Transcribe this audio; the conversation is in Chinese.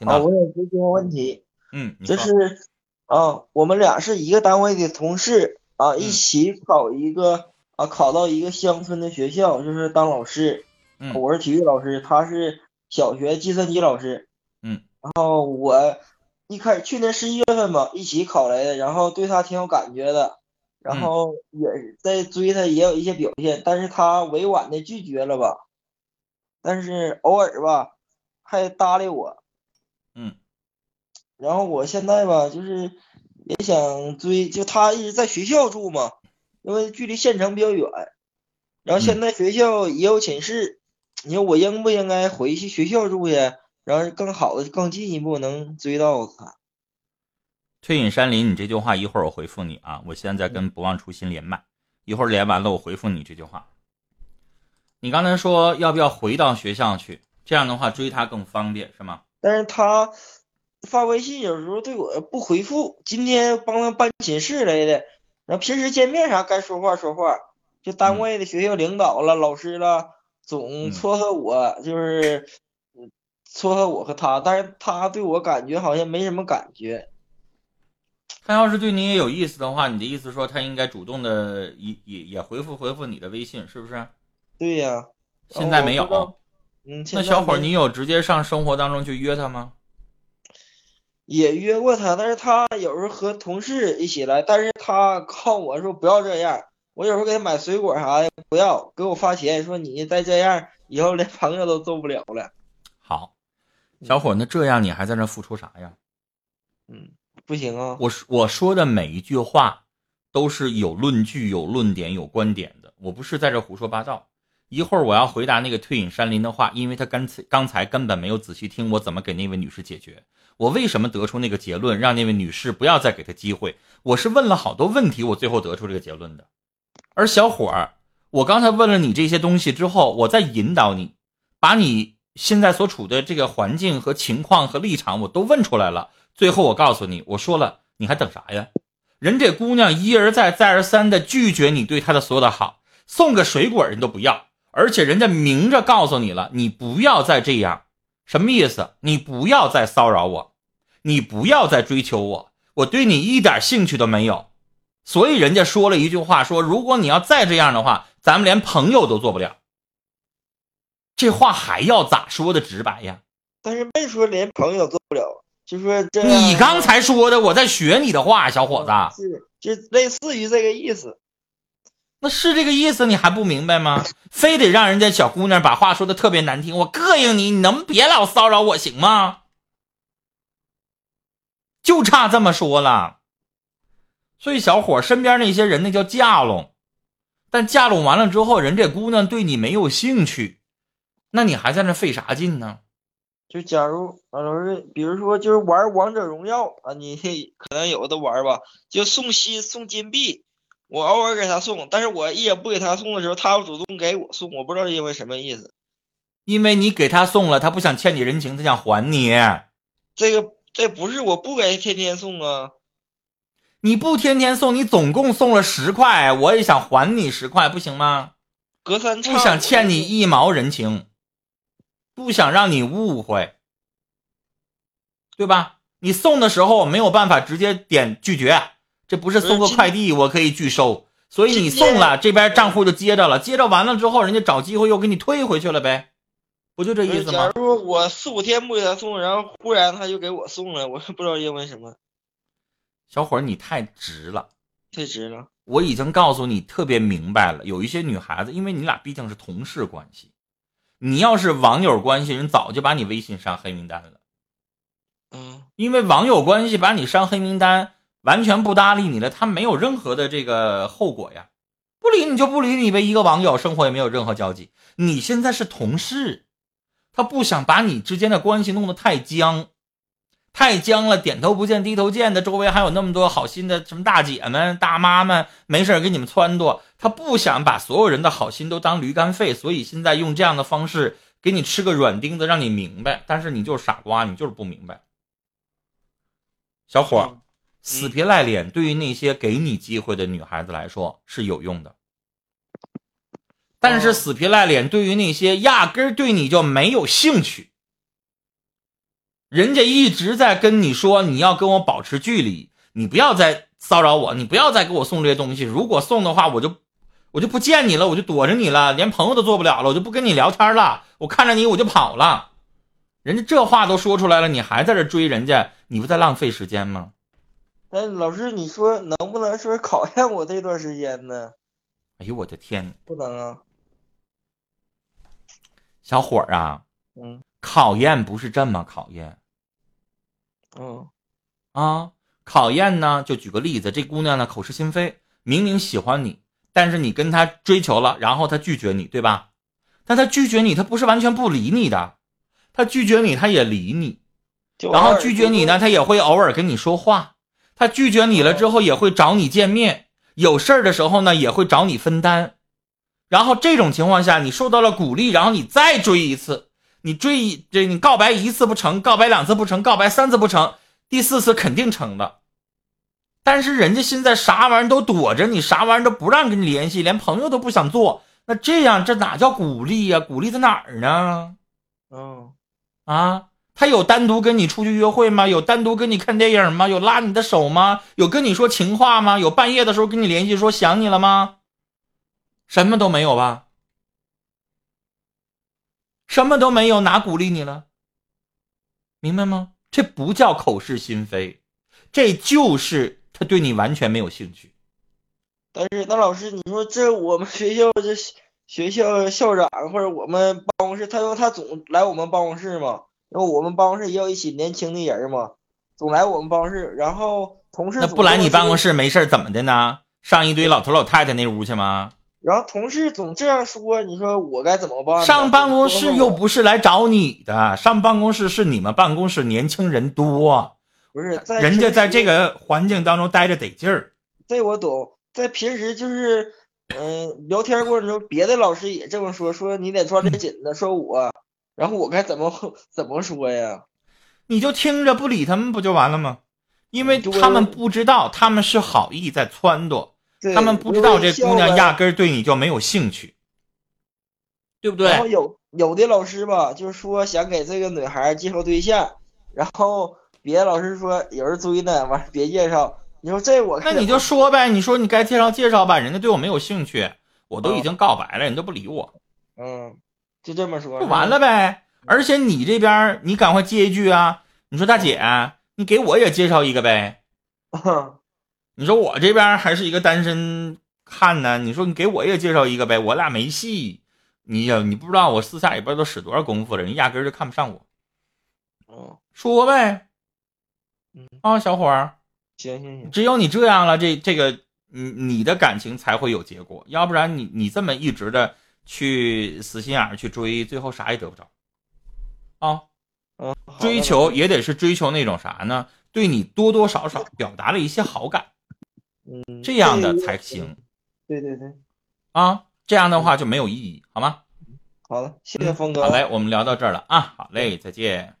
听到啊，我有咨询个问题，嗯，你就说是，啊，我们俩是一个单位的同事啊，一嗯起考一个啊，考到一个乡村的学校，就是当老师。嗯我是体育老师，他是小学计算机老师。嗯，然后我一开始去年十一月份吧，一起考来的，然后对他挺有感觉的，然嗯后也在追他，也有一些表现，但是他委婉的拒绝了吧，但是偶尔吧还搭理我。嗯然后我现在吧，就是也想追，就他一直在学校住嘛，因为距离县城比较远。然后嗯现在学校也有寝室，你说我应不应该回去学校住去，然后更好的、更进一步能追到他？退隐山林，你这句话一会儿我回复你啊，我现在跟不忘初心连麦，一会儿连完了我回复你这句话。你刚才说要不要回到学校去？这样的话追他更方便是吗？但是他发微信有时候对我不回复，今天帮他搬寝室来的，然后平时见面啥该说话说话，就单位的学校领导了、老师了，总嗯撮合我，就是嗯撮合我和他，但是他对我感觉好像没什么感觉。他要是对你也有意思的话，你的意思说他应该主动的也也也回复回复你的微信是不是？对呀、现在没有。哦啊我不知道嗯，那现在小伙儿，没你有直接上生活当中去约他吗？也约过他，但是他有时候和同事一起来，但是他告我说不要这样。我有时候给他买水果啥的，不要给我发钱，说你再这样，以后连朋友都做不了了。好，小伙儿，那这样你还在这付出啥呀？嗯，不行啊，我说我说的每一句话都是有论据、有论点、有观点的，我不是在这胡说八道。一会儿我要回答那个退隐山林的话，因为他刚才刚才根本没有仔细听我怎么给那位女士解决。我为什么得出那个结论，让那位女士不要再给他机会？我是问了好多问题，我最后得出这个结论的。而小伙儿，我刚才问了你这些东西之后，我在引导你，把你现在所处的这个环境和情况和立场我都问出来了。最后我告诉你，我说了，你还等啥呀？人这姑娘一而再、再而三的拒绝你对她的所有的好，送个水果人都不要，而且人家明着告诉你了，你不要再这样，什么意思？你不要再骚扰我，你不要再追求我，我对你一点兴趣都没有。所以人家说了一句话，说如果你要再这样的话，咱们连朋友都做不了。这话还要咋说的直白呀？但是没说连朋友都做不了，就说这样你刚才说的，我在学你的话，小伙子，是就类似于这个意思。那是这个意思，你还不明白吗？非得让人家小姑娘把话说的特别难听，我膈应你，你能别老骚扰我行吗？就差这么说了。所以小伙身边那些人那叫架拢，但架拢完了之后，人这姑娘对你没有兴趣，那你还在那费啥劲呢？就假如啊，老师，比如说就是玩王者荣耀啊，你 可能有的玩吧，就送金送金币，我偶尔给他送，但是我一也不给他送的时候，他要主动给我送，我不知道因为什么意思。因为你给她送了，她不想欠你人情，她想还你。这个这不是我不该天天送啊，你不天天送，你总共送了十块，我也想还你十块，不行吗？隔三差不想欠你五的一毛人情，不想让你误会，对吧？你送的时候我没有办法直接点拒绝，这不是送个快递我可以拒收，所以你送了，这边账户就接着了，接着完了之后，人家找机会又给你退回去了呗，不就这不意是思呃假吗？如我四五天不给他送，然后忽然他就给我送了，我也不知道因为什么，小伙儿，你太直了。太值了。我已经告诉你特别明白了，有一些女孩子，因为你俩毕竟是同事关系，你要是网友关系，人早就把你微信上黑名单了。嗯，因为网友关系把你上黑名单，完全不搭理你了，他没有任何的这个后果呀，不理你就不理你呗，一个网友生活也没有任何交集。你现在是同事，他不想把你之间的关系弄得太僵，太僵了，点头不见低头见的，周围还有那么多好心的什么大姐们、大妈们，没事儿给你们撺掇，他不想把所有人的好心都当驴肝肺，所以现在用这样的方式给你吃个软钉子，让你明白，但是你就是傻瓜，你就是不明白。小伙儿嗯，死皮赖脸对于那些给你机会的女孩子来说是有用的，但是哦死皮赖脸对于那些压根儿对你就没有兴趣，人家一直在跟你说你要跟我保持距离，你不要再骚扰我，你不要再给我送这些东西。如果送的话，我就我就不见你了，我就躲着你了，连朋友都做不了了，我就不跟你聊天了，我看着你我就跑了。人家这话都说出来了，你还在这追人家，你不在浪费时间吗？但老师，你说能不能说考验我这段时间呢？哎呦我的天，不能啊，小伙儿啊，嗯考验不是这么考验嗯啊，考验呢，就举个例子，这姑娘呢口是心非，明明喜欢你，但是你跟她追求了，然后她拒绝你，对吧？但她拒绝你，她不是完全不理你的，她拒绝你，她也理你，就然偶后尔拒绝你就呢，他也会偶尔跟你说话。他拒绝你了之后，也会找你见面。有事儿的时候呢，也会找你分担。然后这种情况下，你受到了鼓励，然后你再追一次，你追一这你告白一次不成，告白两次不成，告白三次不成，第四次肯定成的。但是人家现在啥玩意儿都躲着你，啥玩意儿都不让跟你联系，连朋友都不想做。那这样这哪叫鼓励呀、鼓励在哪儿呢？嗯啊，他有单独跟你出去约会吗？有单独跟你看电影吗？有拉你的手吗？有跟你说情话吗？有半夜的时候跟你联系说想你了吗？什么都没有吧？什么都没有，哪鼓励你了？明白吗？这不叫口是心非，这就是他对你完全没有兴趣。但是那老师，你说这我们学校这学校校长或者我们办公室，他说他总来我们办公室嘛，因为我们办公室也有一些年轻的人嘛，总来我们办公室，然后同事那总不来跟我你办说公，室没事儿怎么的呢？上一堆老头老太太那屋去吗？然后同事总这样说，你说我该怎么办呢？上办公我室说又不是来找你的，上办公室是你们办公室年轻人多，不是在人家平在时这个环境当中待着得劲儿。这我懂，在平时就是，嗯、聊天过程中，别的老师也这么说，说你得抓嗯得紧的，说我，然后我该怎么 怎么说呀？你就听着不理他们不就完了吗？因为对他们不知道他们是好意在撺掇，对他们不知道这姑娘压根儿对你就没有兴趣，对不对然？后有有的老师吧，就是说想给这个女孩介绍对象，然后别的老师说有人追呢，完别介绍。你说这我那看你就说呗，你说你该介绍介绍吧，人家对我没有兴趣，我都已经告白了，人都不理我。嗯，就这么说 不完了呗。而且你这边儿你赶快接一句啊，你说大姐，你给我也介绍一个呗。了。你说我这边儿还是一个单身汉呢，你说你给我也介绍一个呗，我俩没戏。你呀，你不知道我私下里边都使多少功夫了，人压根儿就看不上我。嗯，说呗嗯，啊，小伙儿，行行行，只有你这样了，这这个你你的感情才会有结果，要不然你你这么一直的去死心眼儿去追，最后啥也得不着。啊，嗯，好的追求，也得是追求那种啥呢？对你多多少少表达了一些好感，嗯，这样的个才行对对对，啊。这样的话就没有意义，好吗？嗯好了，谢谢峰哥。好嘞，我们聊到这儿了啊。好嘞，再见。